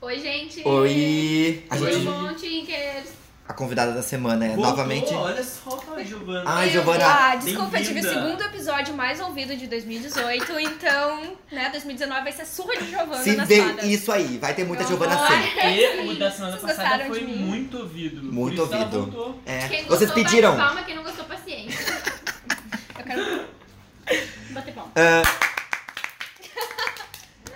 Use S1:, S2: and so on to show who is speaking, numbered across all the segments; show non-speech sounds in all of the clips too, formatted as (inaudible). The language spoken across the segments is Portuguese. S1: Oi, gente!
S2: Oi! A,
S1: A
S2: gente,
S1: Um monte, Inkers.
S2: a convidada da semana é
S3: Voltou,
S2: novamente.
S3: Olha só, a Giovana.
S2: Ai,
S1: Eu-
S2: Giovana,
S4: Ah, desculpa, eu tive o
S3: Bem-vinda.
S4: segundo episódio mais ouvido de 2018, então, né, 2019 vai ser surra de Giovana
S2: se
S4: na
S2: vê
S4: sala.
S2: isso aí, vai ter muita
S1: Eu
S2: Giovana
S1: vou-
S2: C.
S3: E
S4: (laughs)
S3: o da semana
S4: Vocês
S3: passada
S4: gostaram
S3: foi
S4: de mim?
S3: muito ouvido. por
S2: Muito
S3: isso ela
S2: ouvido.
S3: voltou.
S2: É.
S1: Quem gostou,
S2: Vocês pediram.
S1: Bate palma, quem não gostou, paciência.
S4: Eu quero bater palma.
S2: É.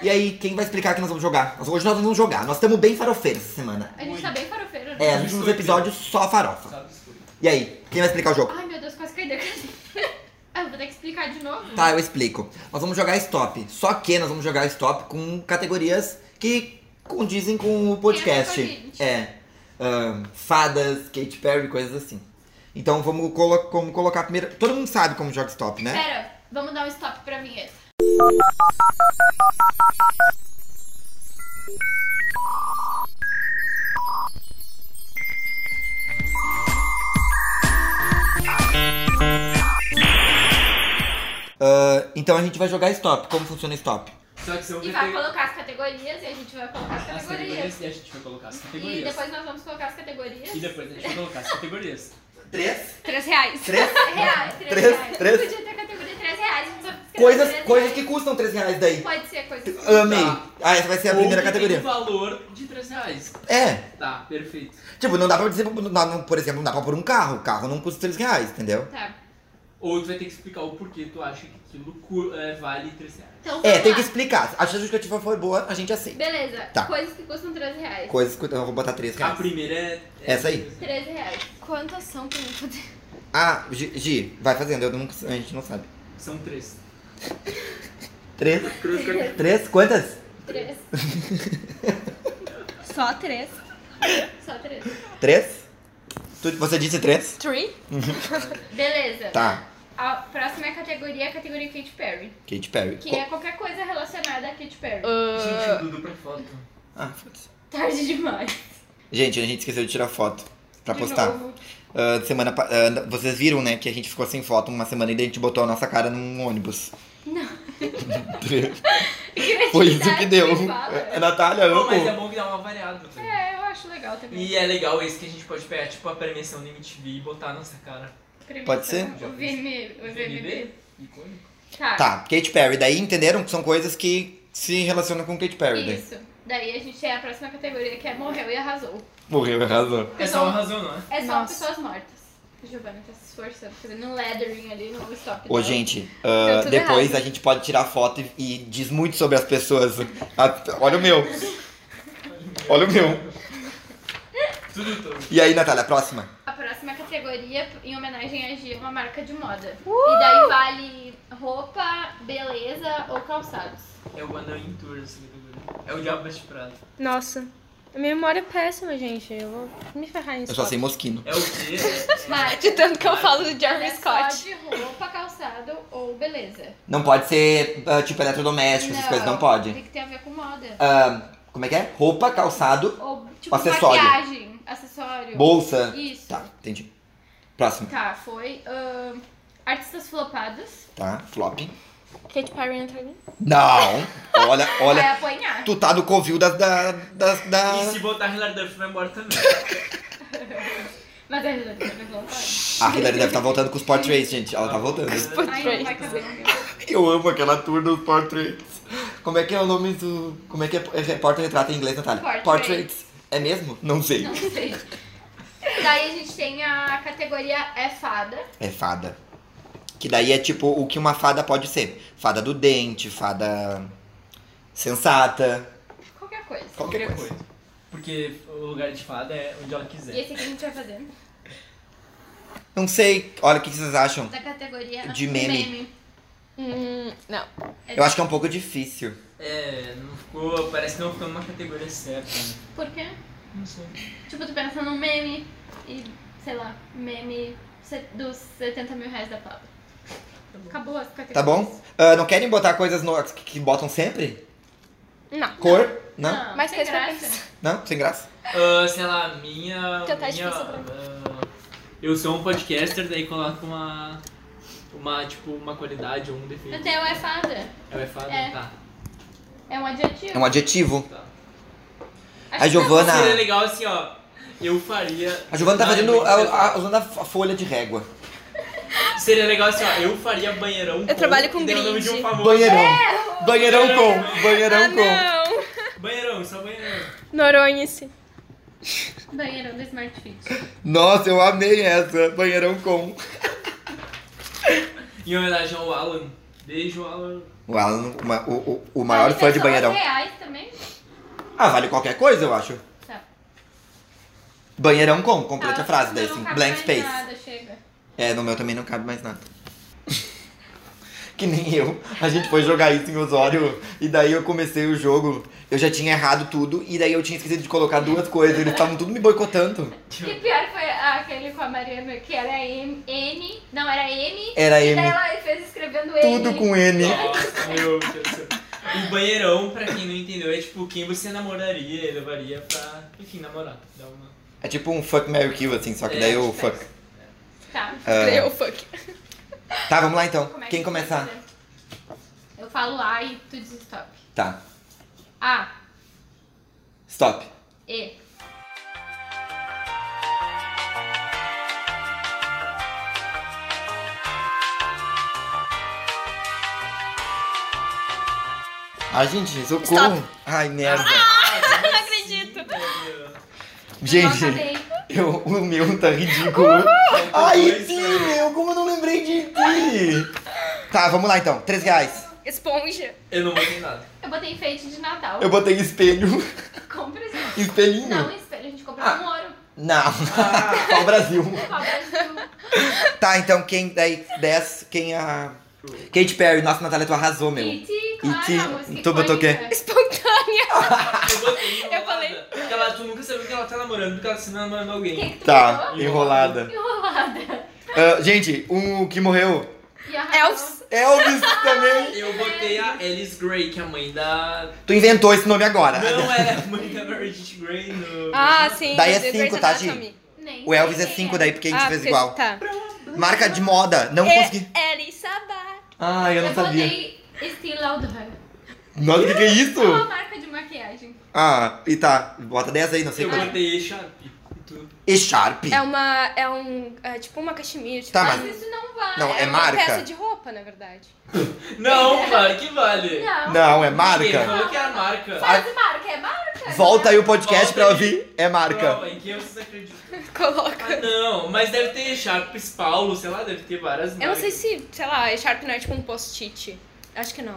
S2: E aí, quem vai explicar que nós vamos jogar? Nós- Hoje nós vamos jogar. Nós estamos bem farofeiros essa semana.
S1: A gente tá bem farofeiro, né?
S2: É, nos últimos episódios só farofa.
S3: Sabe, desculpa.
S2: E aí, quem vai explicar o jogo?
S1: Ai, meu Deus, quase caí da cadeira. (laughs) Ah, eu vou ter que explicar de novo.
S2: Tá, eu explico. Nós vamos jogar stop. Só que nós vamos jogar stop com categorias que condizem com o podcast.
S1: Quem é mais
S2: É. ahn, fadas, Katy Perry, coisas assim. Então vamos, colo como colocar primeiro. Todo mundo sabe como joga stop, né?
S1: Pera, vamos dar um stop pra vinheta.
S2: Ah, então a gente vai jogar stop. Como funciona stop?
S3: Só que se eu
S1: E
S3: ver
S1: vai
S3: que-
S1: colocar as categorias e a gente vai colocar as
S3: as
S1: categorias.
S3: categorias e a gente vai colocar as
S1: E
S3: categorias.
S1: depois nós vamos colocar as categorias. É
S3: E depois a gente vai colocar as categorias.
S2: Três?
S4: 3 reais.
S2: Três?
S1: Reais, três
S2: Três,
S1: reais.
S2: três.
S1: Podia ter categoria 3 reais, não sabe escrever
S2: Coisas,
S1: três
S2: coisas
S1: reais.
S2: que custam três reais daí.
S1: Pode ser coisas que...
S2: Amei. Ah, essa vai ser a
S3: Ou
S2: primeira
S3: que tem
S2: categoria.
S3: um valor de 3 reais.
S2: É.
S3: Tá, perfeito.
S2: Tipo, não dá pra dizer, não dá- não- por exemplo, não dá pra pôr um carro. O carro não custa três reais, entendeu?
S1: Tá.
S3: Ou tu vai ter que explicar o porquê tu acha que aquilo cu- é, vale 3 reais.
S1: Então,
S2: É,
S1: vamos
S2: tem
S1: lá.
S2: que explicar. A justificativa foi boa, a gente aceita.
S1: Beleza,
S2: Tá.
S1: coisas que custam 13 reais.
S2: Coisas que eu vou botar três
S3: A
S2: reais.
S3: primeira é. é
S2: Essa aí.
S1: 13 reais.
S4: Quantas são pra eu poder...
S2: Ah, Gi, Gi, vai fazendo, eu nunca, a gente não sabe.
S3: São três.
S2: Três?
S3: Três, quatro,
S2: Três? Quantas?
S1: 3.
S4: Só 3.
S1: Só 3.
S2: Três? Tu- você disse três?
S4: 3?
S1: Beleza.
S2: Tá,
S1: A próxima é a categoria, a categoria Katy Perry.
S2: Katy Perry.
S1: Que é qualquer coisa relacionada a Katy Perry.
S4: Uh, (laughs)
S3: Gente, o Dudu pra foto.
S2: Ah, foda-se.
S1: Tarde demais.
S2: Gente, a gente esqueceu de tirar foto pra
S1: De
S2: postar.
S1: novo.
S2: Ah, semana pa- ah, Vocês viram, né, que a gente ficou sem foto uma semana e daí a gente botou a nossa cara num ônibus. Não. (laughs) Foi isso que deu.
S1: Criatividade, fala.
S2: É, Natália,
S3: Não,
S2: eu
S3: mas é bom que dá uma variada. tá ligado?
S1: É, eu acho legal também.
S3: E é legal esse que a gente pode pegar, tipo, a premiação do MTV e botar a nossa cara.
S1: Primeiro,
S2: Pode ser?
S1: O VMB. O VMB.
S3: Icônico.
S1: Tá.
S2: Tá, Katy Perry. Daí entenderam que são coisas que se relacionam com Katy Perry. né? Daí.
S1: Isso. Daí a gente tem a próxima categoria que é morreu e arrasou.
S2: Morreu, arrasou.
S3: É só uma razão, não é?
S1: É só
S4: Nossa.
S1: pessoas mortas. A Giovanna tá se esforçando, fazendo um leathering ali no stop.
S2: Ô,
S1: dela.
S2: gente, ah,
S4: Deu tudo
S2: depois
S4: errado.
S2: a gente pode tirar foto e, e diz muito sobre as pessoas. A- olha o meu. Olha o meu.
S3: Tudo todo.
S2: E aí, Natália, próxima.
S1: A próxima categoria, em homenagem a Gia, é uma marca de moda. E daí vale roupa, beleza ou calçados.
S3: É o anão em tour essa categoria. É o diabo de prata.
S5: Nossa, a minha memória é péssima, gente. Eu vou me ferrar nisso.
S2: Eu só sei mosquino.
S3: É o quê? É-
S1: Marca.
S4: Ah, De tanto que eu falo do
S1: Olha
S4: Jarvis
S1: é só
S4: Scott.
S1: de roupa, calçado ou beleza.
S2: Não pode ser, ah, tipo, eletrodoméstico, essas coisas, não pode.
S1: Tem que ter a ver com moda.
S2: Ah, como é que é? Roupa, calçado,
S1: Ou tipo
S2: Acessório.
S1: maquiagem, acessório.
S2: bolsa.
S1: Isso.
S2: Tá, entendi. Próximo.
S1: Tá, foi. ahn, artistas flopados.
S2: Tá, flop.
S5: Katy Perry entra ali.
S2: Não. Olha,
S1: Vai
S2: olha.
S1: apanhar.
S2: Tu tá no covil das... Da, das da...
S3: E se botar Hilary Duff vai embora também.
S1: Mas a Hilary Duff não pode.
S2: Ah, A Hilary deve estar voltando com os portraits, gente. Ela tá voltando.
S3: É,
S1: Ai, não vai caber.
S2: Eu amo aquela tour dos portraits. Como é que é o nome do. Como é que é, é porta-retrato em inglês, Natália?
S1: Portraits.
S2: É mesmo? Não sei.
S1: Não sei. Daí a gente tem a categoria é fada.
S2: É fada. Que daí é tipo o que uma fada pode ser: fada do dente, fada. sensata.
S1: Qualquer coisa.
S2: Qualquer,
S3: Qualquer
S2: coisa.
S3: coisa. Porque o lugar de fada é onde ela
S1: E
S3: quiser.
S1: esse aqui a gente vai fazendo.
S2: Não sei. Olha, o que vocês acham?
S1: Da categoria
S2: De meme.
S5: Hum, não.
S2: Eu acho que é um pouco difícil.
S3: É, não ficou. Parece que não ficou numa categoria certa. né?
S1: Por quê?
S3: Não sei.
S1: Tipo, tu pensa num meme e, sei lá, meme se- dos 70 mil reais da Pablo. Acabou as categorias.
S2: Tá bom? Ah, não querem botar coisas no... que, que botam sempre?
S5: Não.
S2: Cor? Não?
S1: Não,
S5: Mas
S1: tem
S5: coisa pra
S1: graça.
S2: Não? Sem graça?
S3: Ah, sei lá, minha.
S5: Tentar
S3: minha
S5: difícil pra mim.
S3: ah, eu sou um podcaster, daí coloco uma. Uma, tipo, uma qualidade ou um defeito.
S1: Até o é fada.
S3: É o fada?
S1: É.
S3: Tá.
S1: É um adjetivo.
S2: É um adjetivo.
S3: tá.
S2: A Giovana.
S3: Seria legal assim, ó. Eu faria.
S2: A Giovana tá
S3: Ah, é
S2: fazendo.
S3: muito
S2: a-
S3: pesado.
S2: a- usando a f- a folha de régua.
S3: Seria legal assim, ó. Eu faria banheirão.
S4: Eu trabalho com
S3: e daí o nome de um
S4: grid.
S3: famoso.
S2: Banheirão. Banheirão
S3: com,
S2: com. Banheirão
S4: Ah, não!
S3: Banheirão, só banheirão.
S5: Noronha-se.
S1: é Banheirão do Smart Fit.
S2: com. Nossa, eu amei essa. Banheirão com.
S3: Em homenagem ao Alan. Beijo, Alan.
S2: O Alan, uma- o, o, o maior fã de banheirão.
S1: reais também?
S2: Ah, vale qualquer coisa, eu acho.
S1: Tá.
S2: Banheirão com. Complete
S1: Tá,
S2: a frase daí,
S1: não
S2: assim.
S1: cabe
S2: Blank
S1: mais
S2: space.
S1: Nada, chega.
S2: É, no meu também não cabe mais nada. (laughs) que nem eu. A gente foi jogar isso em Osório. E daí eu comecei o jogo. Eu já tinha errado tudo. E daí eu tinha esquecido de colocar duas coisas. Eles estavam tudo me boicotando.
S1: E pior foi aquele com a Mariana, que era M, N, não, era M,
S2: Era
S1: e daí
S2: M.
S1: ela é fez escrevendo
S2: Tudo
S1: N.
S2: com N.
S3: Nossa, meu Deus do céu. O banheirão, pra quem não entendeu, é tipo quem você namoraria e levaria pra, enfim, namorar. Dá uma...
S2: É tipo um fuck Mary Kill, assim, só que daí
S3: É,
S2: eu fuck.
S1: Tá.
S2: É.
S4: Eu, fuck.
S2: Tá, vamos lá então.
S1: Como é que
S2: Quem
S1: tu vai
S2: começar?
S1: fazer? Eu falo A e tu diz stop.
S2: Tá.
S1: A,
S2: Stop.
S1: E,
S2: Ai, gente, socorro.
S4: Stop.
S2: Ai, merda.
S4: Ah,
S3: Ah,
S4: Não acredito.
S1: Nossa,
S2: gente,
S1: bem.
S2: eu, o meu tá ridículo. né? Ai, sim, meu, como eu não lembrei de ti. Tá, vamos lá então. Três reais.
S4: Esponja.
S3: Eu não botei nada.
S1: Eu botei enfeite de Natal. (laughs)
S2: Eu Hum. botei espelho. (laughs)
S1: Compra esse-
S2: Espelhinho.
S1: Não, espelho, a gente comprou um ouro.
S2: Não. Só o Brasil.
S1: Cobra azul.
S2: Tá, então quem daí 10, quem a. Kate Perry, nossa, Natália, tu arrasou, meu.
S1: E.T., claro,
S2: E.T.,
S1: a música
S2: tu botou o quê?
S1: icônica.
S2: (laughs)
S4: Espontânea.
S3: Eu botei enrolada.
S4: Eu falei.
S3: Porque ela, tu nunca sabia que ela tá namorando, porque ela se namorando
S1: Quem
S3: alguém.
S1: que tu
S2: Tá,
S1: botou?
S2: enrolada.
S1: Enrolada.
S2: Ah, gente, um que morreu.
S1: E a
S4: Elfs.
S2: Elvis também.
S3: Eu botei a Alice Gray, que é a mãe da.
S2: Tu inventou esse nome agora.
S3: Não é a mãe da Meredith Grey no.
S4: Ah, sim.
S2: Daí é
S4: The
S2: cinco,
S4: Grey's
S2: tá,
S4: Anatomy.
S1: Nem
S2: O Elvis é
S1: sei quem
S2: 5 daí, porque a gente
S4: Ah,
S2: fez
S4: porque-
S2: igual.
S4: Tá.
S2: Marca de moda, não consegui.
S4: É, Eri Sabá.
S2: Ah, eu
S1: Eu,
S2: não sabia.
S1: botei Estee Lauder.
S2: Nossa, o que, que é isso?
S1: É uma marca de maquiagem.
S2: Ah, e tá, bota 10 aí, não sei
S3: Eu
S2: qual. é.
S3: botei Sharp e tudo.
S2: E Sharp.
S4: É uma. É um. É tipo uma cachemira. Tipo,
S2: Tá,
S4: uma-
S2: mas-
S1: Mas isso não vale.
S2: Não, é
S4: uma
S2: marca.
S4: peça de roupa, na verdade. (laughs)
S3: Não, claro que vale.
S1: Não.
S2: Não, é
S3: Quem
S2: marca.
S3: falou que era marca?
S1: Faz marca, é marca.
S2: Volta aí o podcast
S3: Volta
S2: pra
S3: aí.
S2: ouvir. É marca.
S3: Prova, em quem vocês acreditam? Ah,
S4: Coloca.
S3: não, mas deve ter Sharps Paulo, sei lá, deve ter várias
S4: Eu não
S3: marcas.
S4: sei se, sei lá, é Sharp não é tipo um post-it. Acho que não.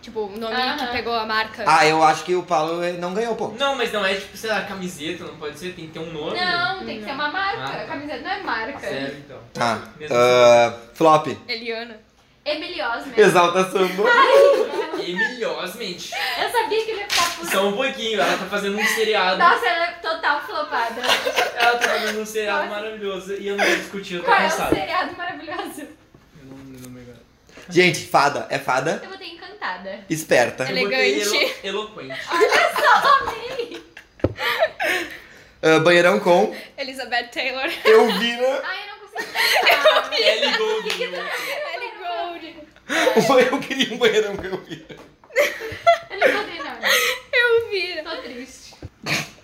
S4: Tipo, o nome
S1: Aham.
S4: que pegou a marca.
S2: Ah, eu acho que o Paulo eh, não ganhou ponto.
S3: Não, mas não é tipo, sei lá, camiseta, não pode ser, tem que ter um nome.
S1: Não, tem que ser uma marca.
S3: Ah.
S1: Camiseta não é marca.
S3: Sério, então.
S2: Tá.
S3: Mesmo
S2: ah, flop.
S4: Eliana.
S1: Emily Osment.
S2: Exalta samba. Ah.
S3: Emilhosmente.
S1: Eu sabia que ele ia ficar puto.
S3: Só um pouquinho, ela tá fazendo um seriado.
S1: Nossa, ela é total flopada.
S3: Ela tá fazendo um seriado maravilhoso e eu não vou discutir, eu tô
S1: Qual é o
S3: cansado.
S1: seriado maravilhoso?
S3: Eu não- não me engano.
S2: Gente, fada. É fada
S1: Eu botei
S4: (laughs)
S1: encantada.
S2: esperta.
S4: Ele-
S3: Eu botei
S4: Elegante.
S3: elo- (laughs) eloquente.
S2: Ah, banheirão com
S4: Elizabeth (laughs) Taylor.
S2: (laughs) Elvira.
S1: Ai, eu não
S4: (laughs)
S1: consigo pensar.
S3: Ellie
S1: né?
S3: Golding.
S4: Ellie Gold.
S2: Eu queria um banheirão com Elvira.
S1: Eu não botei nada.
S4: Eu vi.
S1: Tô triste.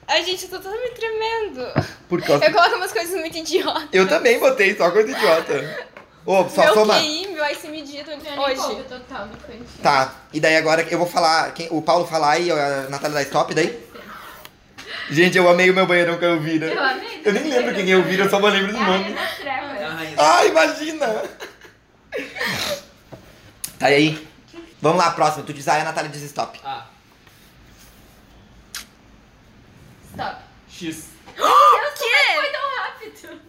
S4: Ai, gente, eu tô toda me tremendo.
S2: Por causa
S4: Eu coloco umas coisas muito idiotas.
S2: Eu também botei, só coisa idiota. Ô, só
S4: meu
S2: soma.
S4: QI, meu IC medido
S1: Eu nem
S4: hoje.
S1: coube total no cantinho.
S2: Tá, e daí agora eu vou falar, quem, o Paulo falar e a Natália dá stop daí? Gente, eu amei o meu banheirão com a Elvira.
S1: Eu amei. né?
S2: Eu nem lembro quem é Elvira, eu só me lembro do
S1: Ah, é
S2: nome.
S1: das
S4: Tá.
S1: trevas.
S3: Ai,
S2: Ah, imagina! Tá e aí. Vamos lá, próximo. Tu diz aí, a Natália diz stop.
S3: ah,
S1: Stop.
S3: X.
S1: Eu que? Foi tão rápido.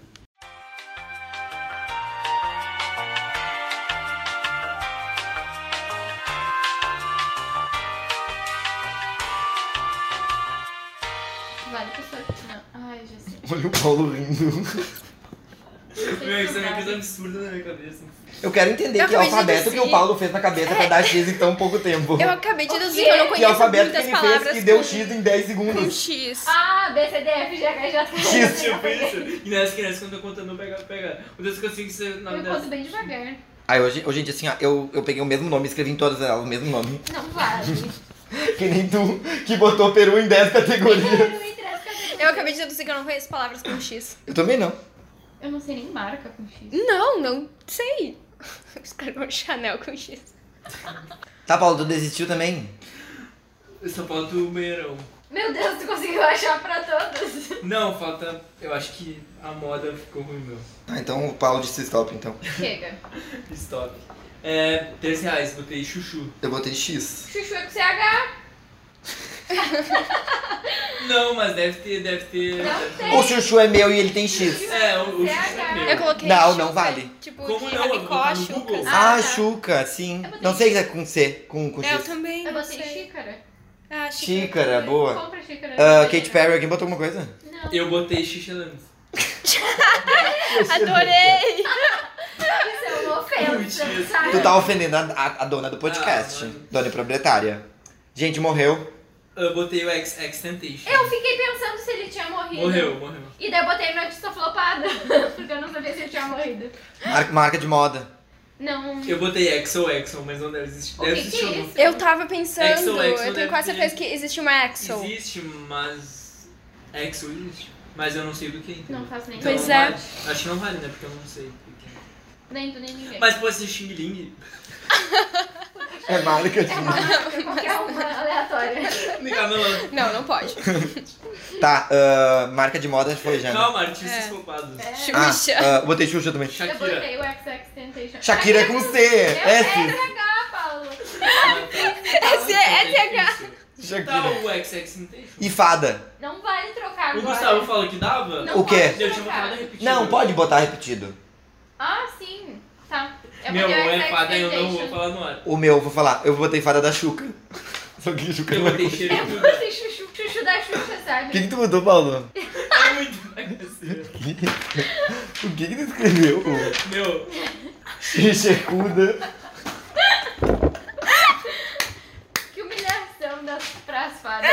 S1: Vale que sorte. Não. né? Ai, já sei.
S2: Olha o Paulo rindo.
S3: Meu, isso é uma coisa
S1: Vale.
S3: absurda na minha cabeça.
S2: Eu quero entender
S4: Eu
S2: que
S4: acabei de
S2: alfabeto que o
S4: deduzir.
S2: Paulo fez na cabeça pra dar X em tão pouco tempo.
S4: Eu acabei de
S1: quê?
S4: deduzir que eu não
S2: Que
S4: conheço
S2: alfabeto que
S4: muitas
S2: ele fez
S4: palavras
S2: que deu
S4: com-
S2: X em 10
S4: com
S2: segundos.
S4: X.
S1: Ah, BCDF, GHJ.
S3: (laughs)
S2: X,
S3: Tipo isso. E nas crianças, é assim, quando eu tô contando, eu pego, pega. Uma das coisas que você... na
S1: Eu
S3: verdade-
S1: conto um bem devagar.
S2: Aí hoje, hoje em dia, assim, ó, eu, eu peguei o mesmo nome, escrevi em todas elas o mesmo nome.
S1: Não vale.
S2: Que nem tu, que botou Peru em 10 categorias.
S1: Não interessa cadê?
S4: Eu acabei de deduzir que eu não conheço palavras com X.
S2: Eu também não.
S1: Eu não sei nem marca com X.
S4: Não, não (laughs) sei. Escreveu Chanel com X.
S2: Tá, Paulo, tu desistiu também?
S3: Só falta o banheirão.
S1: Meu Deus, tu conseguiu achar pra todos.
S3: Não, falta. Eu acho que a moda ficou ruim, meu.
S2: Ah, então o Paulo disse stop, então.
S1: Chega.
S3: Stop. É. 3 reais, botei chuchu.
S2: Eu botei X.
S1: Chuchu é com CH.
S3: Não, mas deve ter. Deve ter.
S1: Não tem.
S2: O chuchu é meu e ele tem X.
S3: É, o, o chuchu é
S1: CH.
S3: meu.
S4: Eu coloquei
S2: Não,
S4: Xuca,
S2: não vale.
S4: Tipo,
S3: Como
S4: de
S3: não? Eu vou
S4: rabicó,
S3: botar no Google.
S4: chucas.
S2: Ah,
S4: tá.
S2: Chuca, sim. Não sei se é com C, com, com
S4: É, eu
S2: X.
S4: também,
S1: Eu
S4: não
S1: botei
S4: sei.
S1: xícara.
S4: Ah, Chica.
S1: é
S2: Xícara, é boa.
S1: Compra xícara.
S2: Ah, Kate
S1: é
S2: Perry, alguém botou alguma coisa?
S1: Não.
S3: Eu botei xixelames.
S4: (laughs) Adorei!
S1: Isso é uma ofensa,
S3: Mentira.
S1: sabe?
S2: Tu tá ofendendo a, a- a dona do podcast,
S3: Ah, mano.
S2: dona e proprietária. Gente, morreu.
S3: Eu botei o XX Temptation.
S1: Eu né? fiquei pensando se ele tinha morrido.
S3: Morreu, morreu.
S1: E daí eu botei notícia flopada. (laughs) porque eu não sabia se ele tinha morrido.
S2: Mar- marca de moda.
S1: Não.
S3: Eu botei XOXO, mas não deve existir.
S1: O que,
S3: deve
S1: que
S3: existir
S1: é
S3: algum-
S1: isso?
S4: Eu tava
S3: Exo,
S4: pensando,
S3: Exo
S4: eu tenho
S3: deve
S4: quase
S3: ter.
S4: certeza que existe uma Axel.
S3: Existe, mas. XO existe. Mas eu não sei do que. entendeu?
S1: Não faço nem
S3: Então
S4: Pois
S3: não
S4: é.
S3: vale. Acho que não vale, né? Porque eu não sei do que é.
S1: Nem tu, nem ninguém.
S3: Mas pode ser Xing
S1: (laughs)
S3: Ling.
S2: É marca de
S1: É
S2: moda.
S1: uma, qualquer uma aleatória.
S3: Calma,
S4: Não, não pode.
S2: Tá, ah, marca de moda foi já. né?
S3: calma, artistas
S4: É.
S3: poupados.
S2: Ah, (laughs)
S4: Xuxa.
S2: ah, botei Xuxa também.
S1: Eu
S3: Shakira.
S1: botei o XX Temptation.
S2: Shakira é com C, S.
S1: SH, Paulo.
S3: Ah,
S1: (laughs) é
S3: Esse Tá
S2: Shakira.
S3: o XX Temptation.
S2: Então, E fada.
S1: Não vale trocar
S3: O
S1: agora.
S3: Gustavo falou que dava?
S1: Não
S2: O quê?
S1: pode
S3: Eu tinha
S1: trocar.
S3: votado repetido.
S2: Não, pode botar repetido.
S1: Ah, sim. Tá. Eu
S3: Meu
S1: botei
S3: amor
S1: o
S3: é
S1: XX
S3: fada e eu não vou
S1: Temptation.
S3: falar no ar.
S2: O meu, vou falar. Eu botei fada da Xuca. Só que Xuca
S3: Eu
S2: não é.
S3: botei
S2: O
S3: cheiro
S1: Eu botei chuchu, chuchu da Xuxa, sabe?
S2: que que tu botou, Paulo?
S3: É muito (laughs) agressivo.
S2: O que que tu escreveu?
S3: Meu,
S2: Xixecuda.
S1: Que humilhação das pras fadas.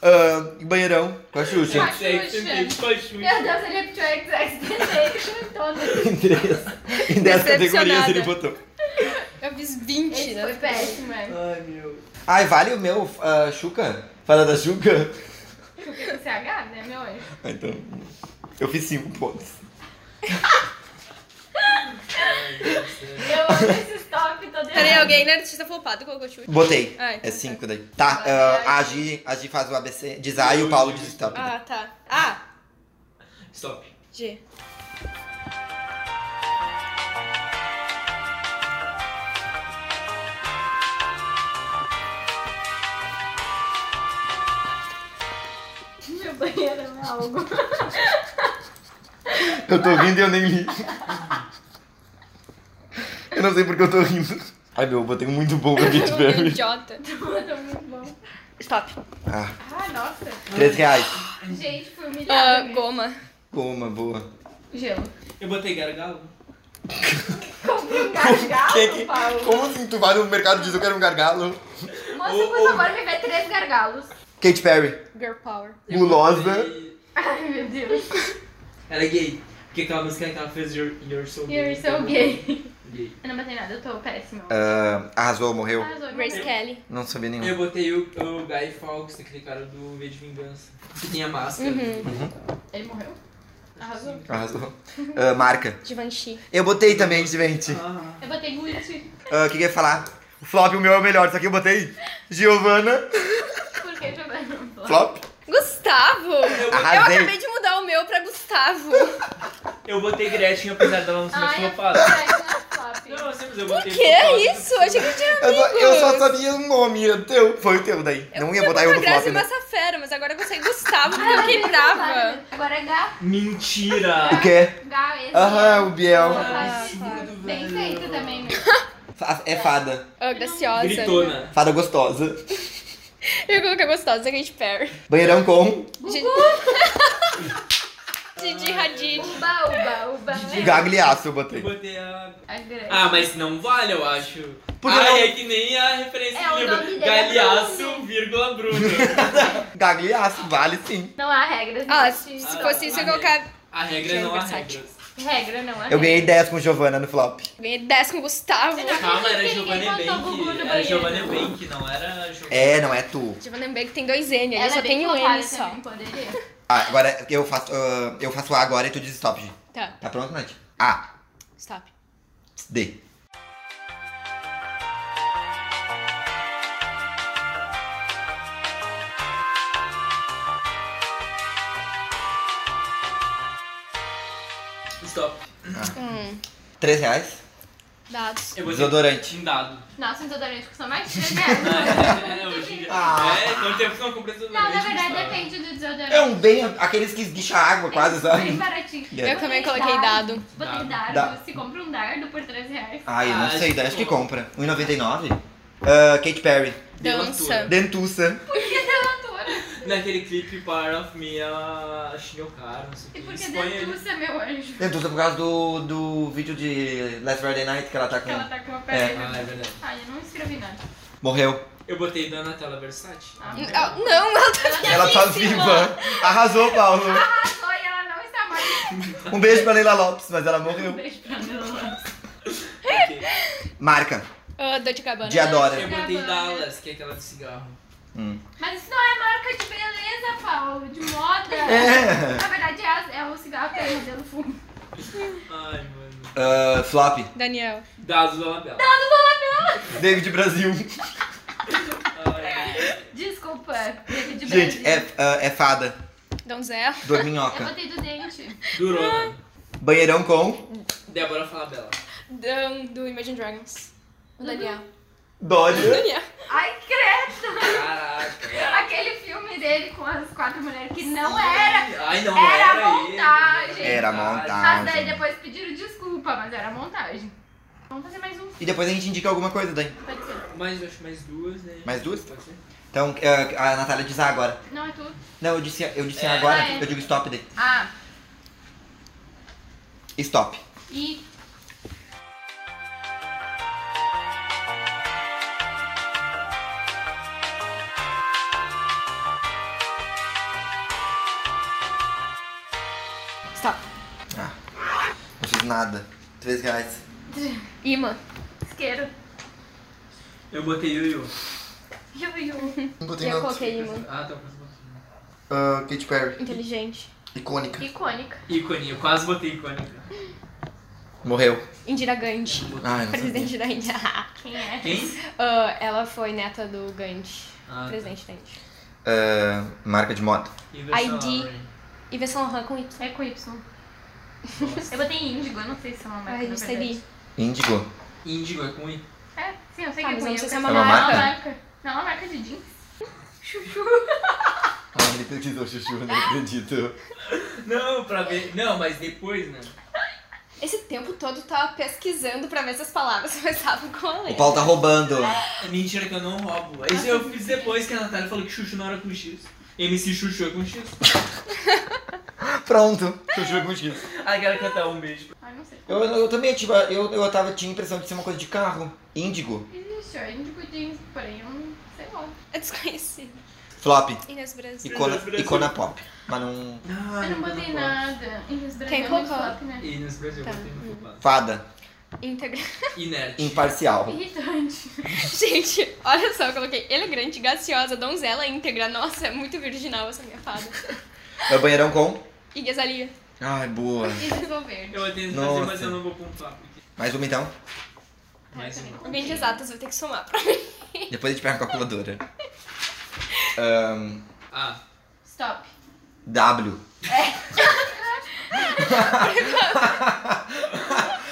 S2: Ah, banheirão com a Xuxa.
S3: XX Temptation. Pode
S1: Meu Deus, ele repetiu o XX Temptation todo.
S2: Em três. Em dez categorias
S4: Decepcionada.
S2: ele botou.
S4: Eu fiz 20,
S1: Esse
S4: né?
S1: foi péssimo, é.
S3: Ai, meu.
S2: Ai, vale o meu, ah, Xuca? Fada da Xuca?
S1: Chuca com CH, né, meu anjo?
S2: Ah, então. Eu fiz cinco pontos.
S3: Ai, meu Deus do céu.
S1: Eu amo esse stop todo
S4: Peraí,
S1: errado.
S4: alguém na artista flopado colocou Xuxa.
S2: Botei.
S4: Ah, então
S2: é
S4: tá.
S2: 5 daí. Tá, ah, a, Gi, a Gi faz o ABC, diz A e o Paulo diz stop.
S4: Ah, tá. Ah,
S3: Stop. (laughs)
S4: G.
S1: Meu banheiro é algo. (laughs)
S2: Eu tô rindo e eu nem li. Eu não sei porque eu tô rindo. Ai meu, eu botei um muito bom pra Katy (laughs) Perry.
S4: Idiota.
S1: Tá muito bom.
S4: Stop.
S2: Ah,
S1: Ah, nossa.
S2: 3 reais.
S1: Gente, fui
S4: Ah,
S1: humilhada. mesmo.
S4: goma.
S2: Goma, boa.
S1: Gelo.
S3: Eu botei gargalo.
S1: Comprei um gargalo,
S2: Que que-
S1: Paulo.
S2: Como assim tu vai no mercado e diz eu quero um gargalo?
S1: Moça,
S3: Ou-
S1: por
S3: ou-
S1: favor, me vê três gargalos. (laughs)
S2: Katy Perry.
S4: Girl power.
S3: Eu
S2: Gulosa.
S3: botei-
S1: Ai, meu
S2: (laughs)
S1: Deus.
S3: Ela é gay. Porque aquela música que ela fez, You're, you're So Gay.
S1: You're so gay.
S3: Gay.
S1: Eu não botei nada, eu tô péssima.
S2: Ah, arrasou, morreu.
S1: Arrasou,
S4: Grace Kelly.
S2: Não sabia nenhum.
S3: Eu botei o, o Guy Fawkes, aquele cara do V de Vingança. Que tem a máscara.
S1: Uhum. Ele morreu? Arrasou.
S2: Arrasou. Ah, marca.
S4: Givenchy.
S2: Eu botei também, gente.
S3: Ah,
S1: Eu botei Gucci.
S2: Ah, O que que eu ia falar? O flop, o meu é o melhor, só que eu botei Giovanna.
S1: Porque jogando bola.
S2: Flop.
S4: Gustavo! Eu
S2: Arrasei.
S4: acabei de mudar o meu pra Gustavo.
S3: eu botei Gretchen, apesar dela não ser mais
S1: Ai, eu
S3: flopada.
S1: fui
S3: Não, assim, mas eu botei.
S4: que é isso? Eu achei que tinha
S2: Eu só, eu só sabia o nome, o teu. Foi o teu daí. não ia botar eu
S4: uma
S2: no flop,
S4: Grazi
S2: né?
S4: Massafera, mas agora eu gostei Gustavo porque eu fiquei brava.
S1: Agora é Gá.
S3: Mentira!
S2: O quê?
S1: Gá, esse.
S2: Aham, é o Biel.
S1: Ah,
S3: absurdo,
S1: Bem
S3: velho.
S1: feito também, né? meu.
S2: Fa- É fada.
S4: Ah, graciosa.
S3: Gritona.
S2: Fada gostosa.
S4: Eu ia colocar gostosa, Kate Perry.
S2: Banheirão com
S4: Didi- Didi Hadid.
S1: Uba, uba, uba.
S2: gagliaço, eu
S3: Eu
S2: botei.
S3: botei a.
S1: Ai, grande.
S3: Ah, mas não vale, eu acho.
S2: Por que
S3: ah,
S2: não?
S3: é que nem a referência
S1: É, o
S3: do livro.
S1: nome dele é
S3: Galeaço,
S1: Bruno.
S3: vírgula Bruno.
S2: Gagliaço, vale sim.
S1: Não há né? regras.
S4: Ah,
S1: não
S4: se
S1: existe.
S4: Ah, se fosse isso, eu ia colocar
S3: a regra é não há
S1: é
S4: Versátil.
S1: (laughs)
S3: regras.
S1: Regra, não é?
S2: Eu ganhei 10 com Giovanna no flop.
S4: Ganhei 10 com o Gustavo.
S1: tá-
S3: Calma, era
S1: Ninguém
S3: Giovanni
S1: botou Gugu no
S3: Bank. Era
S1: banheiro.
S3: Giovanni Bank, não era Giovanni.
S2: É, não é tu.
S4: Giovanna Beck tem dois N,
S1: Ela
S4: ele só
S1: é bem
S4: tem um
S1: otária
S4: N só.
S1: também, poderia.
S2: Ah, agora eu faço. ah, eu faço A agora e tu diz stop, Gi.
S4: Tá,
S2: Tá pronto, Nath? A.
S4: stop.
S2: D.
S3: Stop.
S2: 3 reais.
S4: Dados.
S3: Eu botei
S2: Desodorante.
S1: (laughs)
S3: um dado.
S1: Nossa, um desodorante custa mais
S3: (laughs)
S1: de
S3: É, hoje em dia.
S2: Ah.
S3: É, quanto tempo que não comprei desodorante?
S1: Não, na verdade
S3: Gustavo?
S1: depende do desodorante.
S2: É um bem. aqueles que esguicha água quase,
S1: Bem
S2: sabe?
S1: baratinho.
S2: Yeah.
S4: Eu também coloquei dado.
S1: Botei dardo.
S2: Dá.
S1: Se compra um dardo por 3 reais. tá
S2: Ah, eu não
S3: Ah,
S2: sei,
S3: acho que
S2: acho que
S3: bom.
S2: compra. 1,99? Ah, Kate Perry.
S4: Dança.
S2: Dentuça.
S1: Relatora.
S3: Naquele clipe Part of Me, ela xinga o cara, não sei o que.
S1: E porque
S3: Expõe ele.
S1: dentuça, meu anjo.
S2: Dentuça por causa do, do vídeo de Last Friday Night que ela tá com.
S1: Que ela tá com uma perna.
S3: Ah, é verdade.
S1: Ai, eu não escrevi nada. Tá
S2: Morreu.
S3: Eu botei da Nutella Versace.
S1: Ah,
S4: Ah, não, (laughs) ela tá
S2: Ela tá viva. Arrasou, Paulo.
S1: Arrasou e ela não está mais. Um
S2: Um beijo pra Leila Lopes, mas ela morreu.
S1: Beijo pra Nela.
S3: Ok.
S2: Marca.
S4: Ah, Dolce Gabbana.
S3: Eu
S2: Diadora.
S3: botei Dallas, que é aquela de cigarro.
S2: Hum.
S1: Mas isso não é marca de beleza, Paulo. De moda.
S2: É.
S1: Na verdade, é, a- é o cigarro que é o modelo fumo.
S3: Ai, mano.
S2: Ah, flop.
S4: Daniel.
S3: Dados da Labela.
S2: David
S4: (laughs)
S2: Brasil.
S1: (laughs)
S3: Ai,
S1: Desculpa. David
S2: Gente,
S1: Brasil.
S2: é, ah, é fada.
S4: Donzela.
S1: Eu
S2: Dorminhoca.
S1: botei do dente.
S3: Durona.
S2: Banheirão com
S3: né? Débora Falabella.
S4: Dan, do Imagine Dragons. O Daniel.
S2: Dória.
S4: Daniel.
S1: Ai, credo. (laughs)
S3: Caraca.
S1: Aquele filme dele com as quatro mulheres que
S4: Ah,
S1: não era.
S3: Ai, não,
S1: Era
S3: era,
S1: montagem.
S3: ele.
S2: Era montagem.
S1: Mas daí depois pediram desculpa, mas era montagem. Vamos fazer mais um,
S2: E depois a gente indica alguma coisa, Dani.
S1: pode ser.
S3: Mais, acho que mais duas, né?
S2: Mais duas?
S3: Pode ser?
S2: Então, ah, a Natália diz A agora.
S1: Não é tu?
S2: Não, eu disse, eu disse A
S3: É.
S2: agora.
S1: Ah, é.
S2: Eu digo stop daí.
S1: Ah,
S2: Stop.
S1: e.
S4: Stop.
S2: Ah, não fiz nada. 3 reais.
S4: Ima.
S1: Isqueiro.
S3: Eu botei Yuyu.
S1: Iu,
S4: (laughs)
S1: iu.
S2: Não
S4: E eu coloquei Ima.
S3: Ah, tá. quase botei.
S2: Ah, Katy Perry.
S4: Inteligente.
S2: Icônica.
S1: Icônica.
S3: Ícone, eu quase botei icônica.
S2: Morreu.
S4: Indira Gandhi.
S2: Ai, não sabia.
S4: Presidente da Índia. (laughs)
S1: Quem é?
S3: Quem?
S4: Ah, ela foi neta do Gandhi.
S3: Ah, tá.
S4: presidente da Índia.
S2: Ah, marca de moto.
S3: Eva
S4: ID.
S3: Solarin.
S4: E Saint Laurent com Y.
S1: É com Y. Eu botei índigo, eu não sei se é uma marca.
S4: Ai,
S1: na
S4: não sei
S1: verdade.
S4: li.
S2: Índigo.
S3: Índigo é com I.
S1: É, sim, eu sei
S4: Tá,
S1: que é
S4: mas
S1: com
S4: eu não
S1: Y.
S4: sei se é uma
S2: É uma marca?
S1: Não, é uma marca de jeans. Chuchu.
S2: Ah, ele acreditou, Chuchu, eu não acredito.
S3: Não, pra ver. Não, mas depois, né?
S4: Esse tempo todo eu tava pesquisando pra ver se as palavras (laughs) começavam com a
S2: O
S4: letra.
S2: Paulo tá roubando.
S3: É Mentira que eu não roubo. Isso eu fiz depois que a Natália falou que Xuxu não era com X. MC Xuxu é com X.
S2: Pronto. Chuchu é contigo.
S3: Ai, quero cantar um beijo.
S1: Ai, não sei.
S2: Eu, eu também, tipo, eu, eu tava, tinha a impressão de ser uma coisa de carro. Índigo.
S1: Existe, ó, índigo jeans, porém eu não sei lá.
S4: É desconhecido.
S2: Flop.
S4: Inês Brasil.
S2: Icona,
S3: Brasil.
S2: icona pop. Mas não.
S3: Ah,
S1: Eu não botei nada. Tá. Índios brasileiros
S4: colocou?
S1: flop, né?
S3: E nesse Brasil, eu botei no culpado.
S2: Fada.
S4: Íntegra. (laughs)
S3: Inerte.
S2: Imparcial.
S1: Irritante.
S4: Gente, olha só, eu coloquei elegante, graciosa, donzela, íntegra. Nossa, é muito virginal essa minha fada.
S2: É o banheirão com.
S4: E Guesalia.
S2: Ai, boa.
S1: E desenvolver.
S3: Eu botei nesse Brasil, mas
S2: Nossa.
S3: eu não vou pontuar. Porque...
S2: Mais uma então.
S3: Mais
S1: também
S3: uma.
S1: conta.
S4: Alguém de exatas vai ter que somar.
S2: Depois a gente pega a calculadora.
S3: Ah,
S1: Stop.
S2: W. (laughs)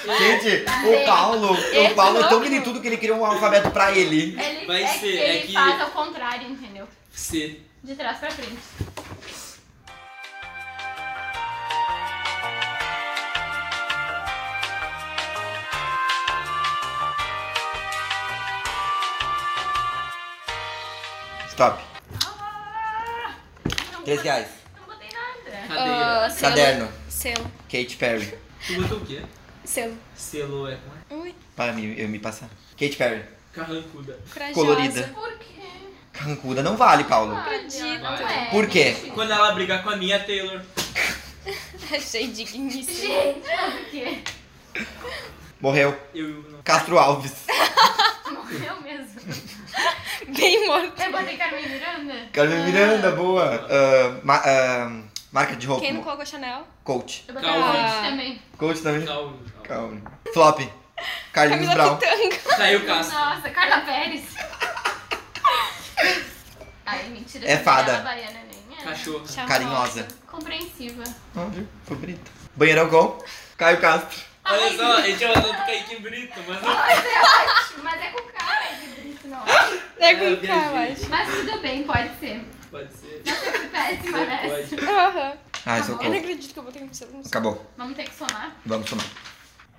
S2: Gente, o Paulo, o Paulo é tão tudo que ele criou um alfabeto pra ele.
S1: Ele
S3: Vai
S1: é
S3: ser,
S1: que
S3: é
S1: ele
S3: que-
S1: faz ao contrário, entendeu?
S3: C.
S1: De trás pra frente.
S2: Stop.
S1: Ah, não
S2: 3
S1: botei-
S2: reais.
S1: Não botei nada.
S3: Cadeira.
S4: Ah, selo.
S2: Caderno.
S4: Selo.
S2: Kate Perry.
S3: Tu botou o quê?
S4: Selo.
S3: Selo é com I.
S4: Ui,
S2: Para me, eu me passar. Kate Perry.
S3: Carrancuda.
S4: corajosa.
S2: Colorida.
S1: Por quê?
S2: Carrancuda. Não vale, Paulo.
S1: Ah,
S4: acredito.
S1: não é,
S2: Por quê?
S1: gente.
S3: Quando ela brigar com a minha Taylor.
S4: (laughs) Achei digníssimo.
S1: Gente, o É, quê?
S2: Morreu.
S3: Eu não.
S2: Castro Alves.
S1: Morreu mesmo.
S4: Bem morto.
S1: Eu botei Carmen Miranda.
S2: Carmen Miranda, boa. Ah, ma- ah, marca de roupa.
S4: Quem não colocou Chanel?
S2: Coach.
S1: Eu botei
S3: Calma.
S1: Coach também.
S2: Coach também.
S3: Calma, calma.
S2: Calma. Flop. Carlinhos Brown.
S4: Camila Pitanga.
S3: Saiu o Castro.
S1: Nossa, Carla Pérez. (laughs) Ai, mentira.
S2: É
S1: não
S2: fada.
S1: era Baiana nem era.
S3: Cachorro.
S2: Carinhosa.
S1: Compreensiva.
S2: Não, viu? Foi bonito. Banheirão com Caio Castro.
S1: Tá
S3: Olha só, é ele tinha mandado pro Kaique Brito, mas não.
S1: Mas é ótimo, mas é com cara de Brito,
S3: (laughs)
S1: não. é?
S4: É
S3: É,
S4: com K, eu acho.
S1: Mas tudo bem, pode ser.
S3: Pode ser.
S1: Péssima, né?
S3: Pode.
S4: Aham.
S1: Acabou.
S2: Ai,
S4: Eu não
S2: socorro.
S4: acredito que eu botei um pseudo.
S2: Acabou.
S1: Vamos ter que somar.
S2: Vamos somar.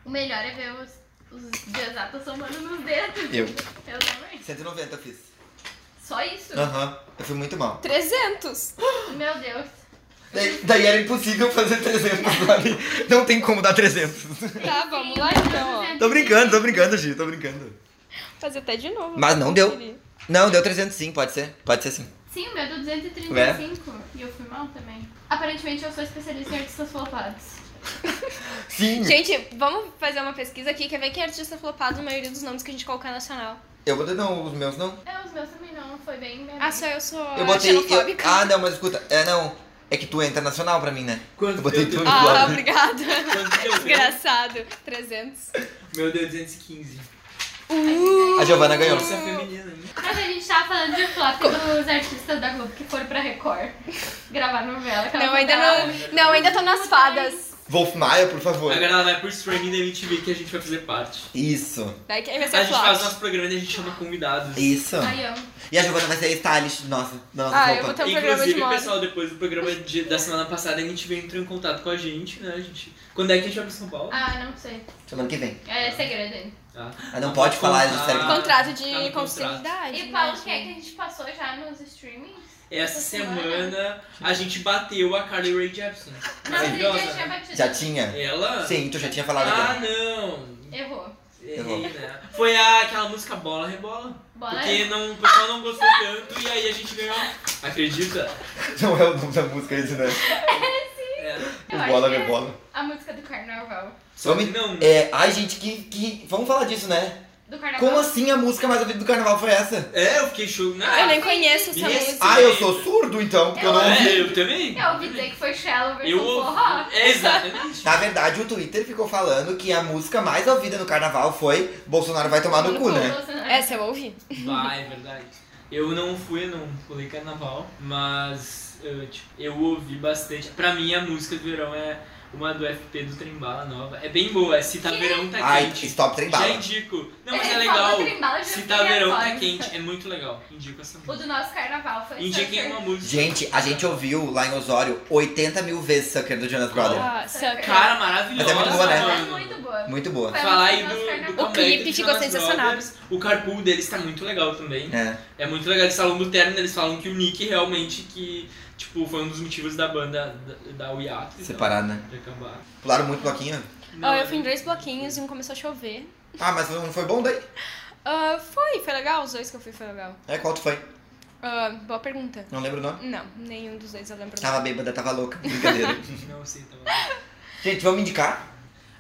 S1: O melhor é ver os, os dias lá, tô somando nos dedos.
S2: Eu.
S1: Eu também.
S2: 190 eu fiz.
S1: Só isso?
S2: Aham. Eu fui muito mal.
S4: 300.
S1: Meu Deus.
S2: Daí, daí era impossível fazer 300, sabe? Não tem como dar 300.
S4: Tá, vamos lá então, ó.
S2: Tô brincando, tô brincando, Gi. Tô brincando.
S4: Fazer até de novo.
S2: Mas não deu.
S4: Queria.
S2: Não, deu 300 sim, pode ser. Pode ser sim.
S1: Sim, o meu deu 235. E eu fui mal também. Aparentemente eu sou especialista em artistas flopados.
S2: Sim.
S4: Gente, vamos fazer uma pesquisa aqui, quer ver quem é artista flopado, a maioria dos nomes que a gente colocar é nacional.
S2: Eu botei não, os meus não.
S1: É, os meus também não. Foi bem. né? minha
S4: Ah,
S1: mãe.
S4: só eu sou
S2: Eu botei. eu-
S4: xenofóbica.
S2: Ah, não, mas escuta. É não. É que tu é internacional pra mim, né?
S3: Quanto
S2: Eu botei
S3: deu
S2: tudo
S3: teu-
S4: Ah,
S2: igual. (laughs)
S4: obrigada.
S3: Quanto deu?
S4: Desgraçado. 300.
S3: Meu deu 215.
S2: A Giovana ganhou.
S3: Isso é feminino, né?
S1: Mas a gente tava falando de flop dos artistas da Globo que foram pra Record (laughs) gravar novela. que elas
S4: Não, ainda
S1: mandaram.
S4: não. Não, ainda tô nas fadas.
S2: Wolf Maia, por favor.
S3: Agora ela vai pro streaming da MTV que a gente vai fazer parte.
S2: Isso.
S4: Daí quem vai
S3: a
S4: ser
S3: gente faz
S4: flop?
S3: nosso programa e a gente chama convidados.
S2: Isso.
S1: Ai, amo.
S2: E a Giovana vai ser a stylist do nosso, da nossa
S4: Ah, eu
S2: roupa.
S4: vou ter um programa de
S3: Inclusive,
S4: moda.
S3: pessoal, depois do programa de- da semana passada, a MTV entrou em contato com a gente, né, a gente? Quando é que a gente vai pra São Paulo?
S1: Ah, não sei.
S2: Semana que vem.
S1: É segredo ainda.
S3: Ah,
S2: Ah, não pode falar,
S3: contar.
S2: a gente sabe que-
S4: Um Contrato de
S3: Tá no contrato.
S4: confidencialidade.
S1: E
S4: né,
S1: Paulo, o que é que
S4: gente?
S1: a gente passou já nos streamings?
S3: Essa
S1: semana.
S3: semana a gente bateu a Carly Rae Jepsen.
S1: Não, ele já tinha
S3: Maravilhosa.
S1: batido.
S2: Já tinha?
S3: Ela?
S2: Sim, tu já tinha falado
S3: Ah,
S2: aqui.
S3: não.
S1: Errou.
S2: vou.
S3: Errei, né? Foi a, aquela música Bola Rebola.
S1: Bola
S3: porque não, o pessoal não gostou tanto e aí a gente ganhou. Acredita?
S2: Não é o nome da música isso, né?
S3: É.
S1: Eu
S2: O
S1: acho
S2: bola
S1: que é.
S2: rebola.
S1: A música do carnaval.
S3: Só que
S2: Vamos-
S3: não.
S2: É, ai gente, que, que. Vamos falar disso, né?
S1: Do carnaval.
S2: Como assim a música mais ouvida do carnaval foi essa?
S3: É, eu fiquei chocado.
S4: Eu nem conheço essa
S3: Yes.
S4: música.
S2: Ah, eu sou surdo então, porque eu não ouvi.
S3: É, eu também.
S1: Eu ouvi dizer que foi Shallow versus
S3: Eu
S1: forró.
S3: ouvi. É, exatamente.
S2: Na verdade, o Twitter ficou falando que a música mais ouvida no carnaval foi Bolsonaro vai tomar no, cu, né?
S1: Bolsonaro.
S4: Essa eu ouvi.
S3: Ah, é verdade. Eu não fui, eu não pulei carnaval, mas eu, tipo, eu ouvi bastante. Pra mim, a música do verão é uma do FP do Trembala nova. É bem boa, é Se Tá Verão Tá
S2: Ai,
S3: Quente.
S2: stop trem
S3: Já
S2: bala.
S3: indico. Não, mas é
S1: Ele
S3: legal.
S1: falou Trembala, eu já
S3: Se
S1: fiquei
S3: Tá Verão Tá
S1: agora.
S3: Quente. É muito legal. Indico essa
S1: O
S3: música.
S1: do nosso carnaval foi
S3: Indiquem
S1: Sucker.
S3: é uma música.
S2: Gente, a gente ouviu lá em Osório 80 mil vezes Sucker do Jonas Brother.
S4: Ah, sucker.
S3: Cara,
S2: Mas
S3: maravilhosa,
S2: é muito boa, né?
S1: Ela é
S3: mano.
S1: muito boa. é
S2: Muito boa.
S1: Foi a
S3: Falar aí
S1: música do nosso
S3: do, do
S1: carnaval.
S4: O clipe
S3: Comeback,
S4: ficou
S3: Jonas
S4: sensacional.
S3: Brothers. O carpool deles tá muito legal também.
S2: É.
S3: É muito legal, eles falam do terno, eles falam que o Nick realmente que, tipo, foi um dos motivos da banda da, da Uiato. então,
S2: Separado, né?
S3: De acabar.
S2: Pularam muito bloquinho.
S4: Ó, Ah, eu fui em dois bloquinhos e um começou a chover.
S2: Ah, mas não foi bom daí?
S4: Ah, foi, foi legal. Os dois que eu fui foi legal.
S2: É, qual tu foi?
S4: Ah, boa pergunta.
S2: Não lembro o nome.
S4: Não, nenhum dos dois eu lembro.
S2: Tava bêbada, tava louca. Brincadeira.
S3: Não sei, tá bom.
S2: gente, vamos indicar?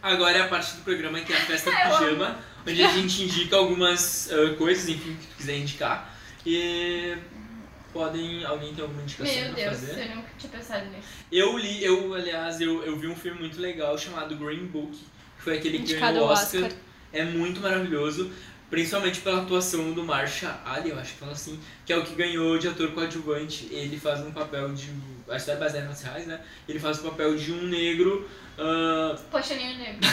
S3: Agora é a parte do programa que é a
S4: (laughs)
S3: festa pijama, onde a gente indica algumas ah, coisas, enfim, que tu quiser indicar. E podem. Alguém tem alguma indicação
S1: Meu
S3: pra
S1: Deus,
S3: fazer?
S1: eu nunca tinha pensado nisso.
S3: Eu li, eu, aliás, eu, eu vi um filme muito legal chamado Green Book, que foi aquele que
S4: Indicado
S3: ganhou o
S4: ao
S3: Oscar.
S4: Oscar.
S3: É muito maravilhoso, principalmente pela atuação do Marsha Ali, eu acho que fala assim, que é o que ganhou de ator coadjuvante. Ele faz um papel de. A história é baseada nas reais, né? Ele faz o papel de um negro ah,
S1: Poxa, nem lembro.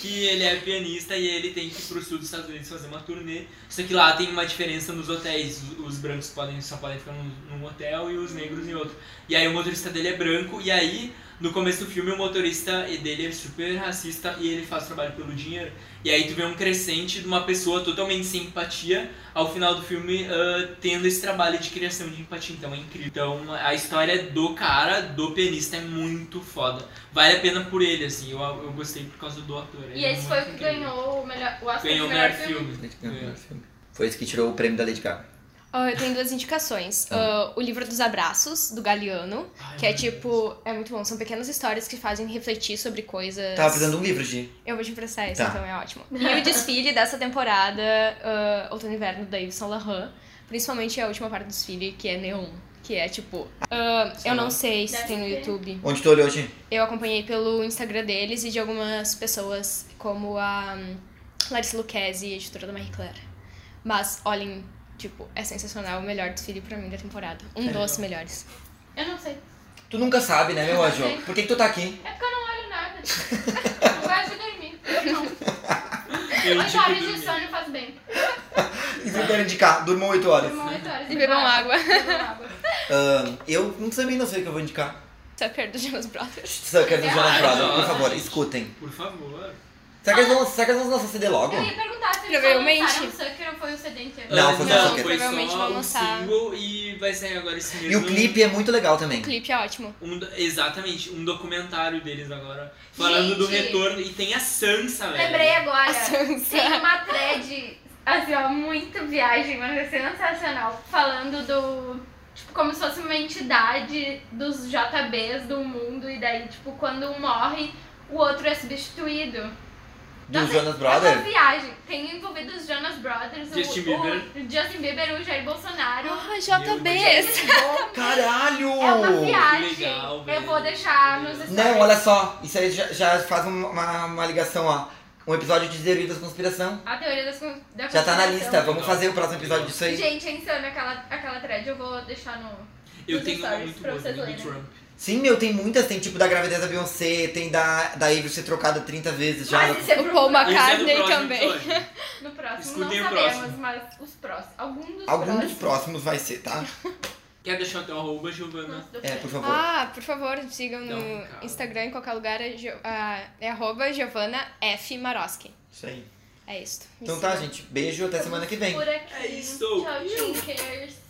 S3: que ele é pianista e ele tem que ir pro sul dos Estados Unidos fazer uma turnê. Só que lá tem uma diferença nos hotéis. Os- Os brancos podem, só podem ficar num, num hotel e
S1: Uhum.
S3: os negros em outro. E aí o motorista dele é branco e aí no começo do filme o motorista dele é super racista e ele faz trabalho pelo dinheiro. E aí tu vê um crescente de uma pessoa totalmente sem empatia ao final do filme ah, tendo esse trabalho de criação de empatia. Então é incrível. Então a história do cara, do pianista, é muito foda. Vale a pena por ele, assim. Eu, eu gostei por causa do ator.
S1: E
S3: Ele é
S1: esse
S3: muito
S1: foi o que
S3: incrível.
S1: ganhou o, melhor, o Oscar
S3: Ganhou
S1: de
S2: É.
S3: o melhor filme.
S2: Foi esse que tirou o prêmio da Lady Gaga.
S4: Ah, eu tenho duas indicações. Ah, o livro dos abraços, do Galeano,
S3: Ai,
S4: que é
S3: meu
S4: tipo, é muito bom. São pequenas histórias que fazem refletir sobre coisas.
S2: Tava precisando de um livro, Gi.
S4: Eu vou te emprestar isso,
S2: Tá.
S4: então é ótimo. E o desfile dessa temporada, ah, outono e inverno, da Yves Saint Laurent, principalmente a última parte do desfile, que é neon. Que é tipo, ah, eu não sei se
S1: Deve
S4: tem no
S1: ter.
S4: YouTube.
S2: Onde tu olhou, Gi?
S4: Eu acompanhei pelo Instagram deles e de algumas pessoas, como a hum, Larissa Lucchesi, editora da Marie Claire. Mas olhem, tipo, é sensacional, o melhor desfile pra mim da temporada. Um
S2: É.
S4: dos melhores.
S1: Eu não sei.
S2: Tu nunca sabe, né, meu anjo?
S1: sei.
S2: Por que, que tu tá aqui?
S1: É porque eu não olho nada. não gosto de dormir. Eu não.
S3: Eu
S1: Oito
S3: indico
S1: horas de
S3: dormir.
S1: sono faz bem.
S2: E tu quer indicar? Durma 8 horas.
S1: Irmão, oito horas.
S4: E bebam água.
S1: Bebam água.
S3: (laughs)
S2: Ahn, eu não também não sei o que eu vou indicar.
S4: Sucker do Jonas Brothers.
S2: Sucker do Jonas Brothers, por
S3: nossa,
S2: favor,
S3: gente.
S2: escutem.
S3: Por favor.
S2: Será que eles vão, será que eles vão lançar CD logo?
S1: Eu ia perguntar se eles
S4: Provavelmente.
S1: só lançaram o Sucker ou foi o CD inteiro.
S2: Não,
S3: Ah,
S2: foi só
S3: não,
S2: Sucker.
S3: foi
S4: Provavelmente
S3: só
S4: vão
S3: um
S4: lançar.
S3: single e vai sair agora esse mesmo.
S2: E o clipe é muito legal também.
S4: O clipe é ótimo.
S3: Um do- exatamente, um documentário deles agora. Falando do
S1: Gente.
S3: retorno. E tem a Sansa, velho.
S1: Lembrei
S4: A
S1: agora. Tem
S4: Sansa.
S1: uma thread, assim, ó, muito viagem, mas é sensacional. Falando do. Tipo, como se fosse uma entidade dos JBs do mundo. E daí, tipo, quando um morre, o outro é substituído.
S2: Do
S1: Nossa, É
S2: Jonas
S1: uma
S2: Brothers?
S1: viagem. Tem envolvido os Jonas Brothers, o-
S3: Justin
S1: o,
S3: Bieber.
S1: o Justin Bieber, o Jair Bolsonaro.
S4: Ah,
S3: JBs.
S4: JBs!
S2: Caralho!
S1: (laughs) É uma viagem.
S3: Oh, Que legal,
S1: eu
S3: velho.
S1: vou deixar nos stories.
S2: Não, olha só, isso aí já, já faz uma, uma, uma ligação, ó. Um episódio de Teoria da Conspiração.
S1: A teoria das, con- da
S2: Já tá na
S1: conspiração.
S2: lista, vamos fazer o próximo episódio disso aí.
S1: Gente, é insano aquela, aquela thread. Eu vou deixar no.
S3: Eu
S1: Dos
S3: tenho uma
S1: stories,
S3: muito
S1: pra
S3: boa
S1: vocês
S3: também do
S1: lerem.
S3: Trump.
S2: Sim, meu, tem muitas. Tem tipo da gravidez da Beyoncé, tem da, da Avril ser trocada 30 vezes já.
S1: Mas isso é
S4: O
S1: pro-
S4: Paul
S3: Esse é do
S4: McCartney
S3: próximo
S4: também.
S3: episódio.
S1: No próximo,
S3: Escutem
S1: não
S3: o
S1: sabemos,
S3: próximo.
S1: mas os próximos. Algum dos
S2: Algum dos
S1: próximos.
S2: próximos vai ser, tá?
S3: Quer deixar o teu arroba, Giovana?
S1: Nossa, do
S2: É, por
S1: próximo.
S2: favor.
S4: Ah, por favor, sigam no
S3: Não, calma.
S4: Instagram, em qualquer lugar, é, Gio- ah, é arroba Giovanna F. Maroski.
S2: Isso aí.
S4: É isso.
S2: Então tá, gente. Beijo, tá, até semana que vem.
S1: Por aqui.
S3: É isso.
S1: Tchau, Tinkers.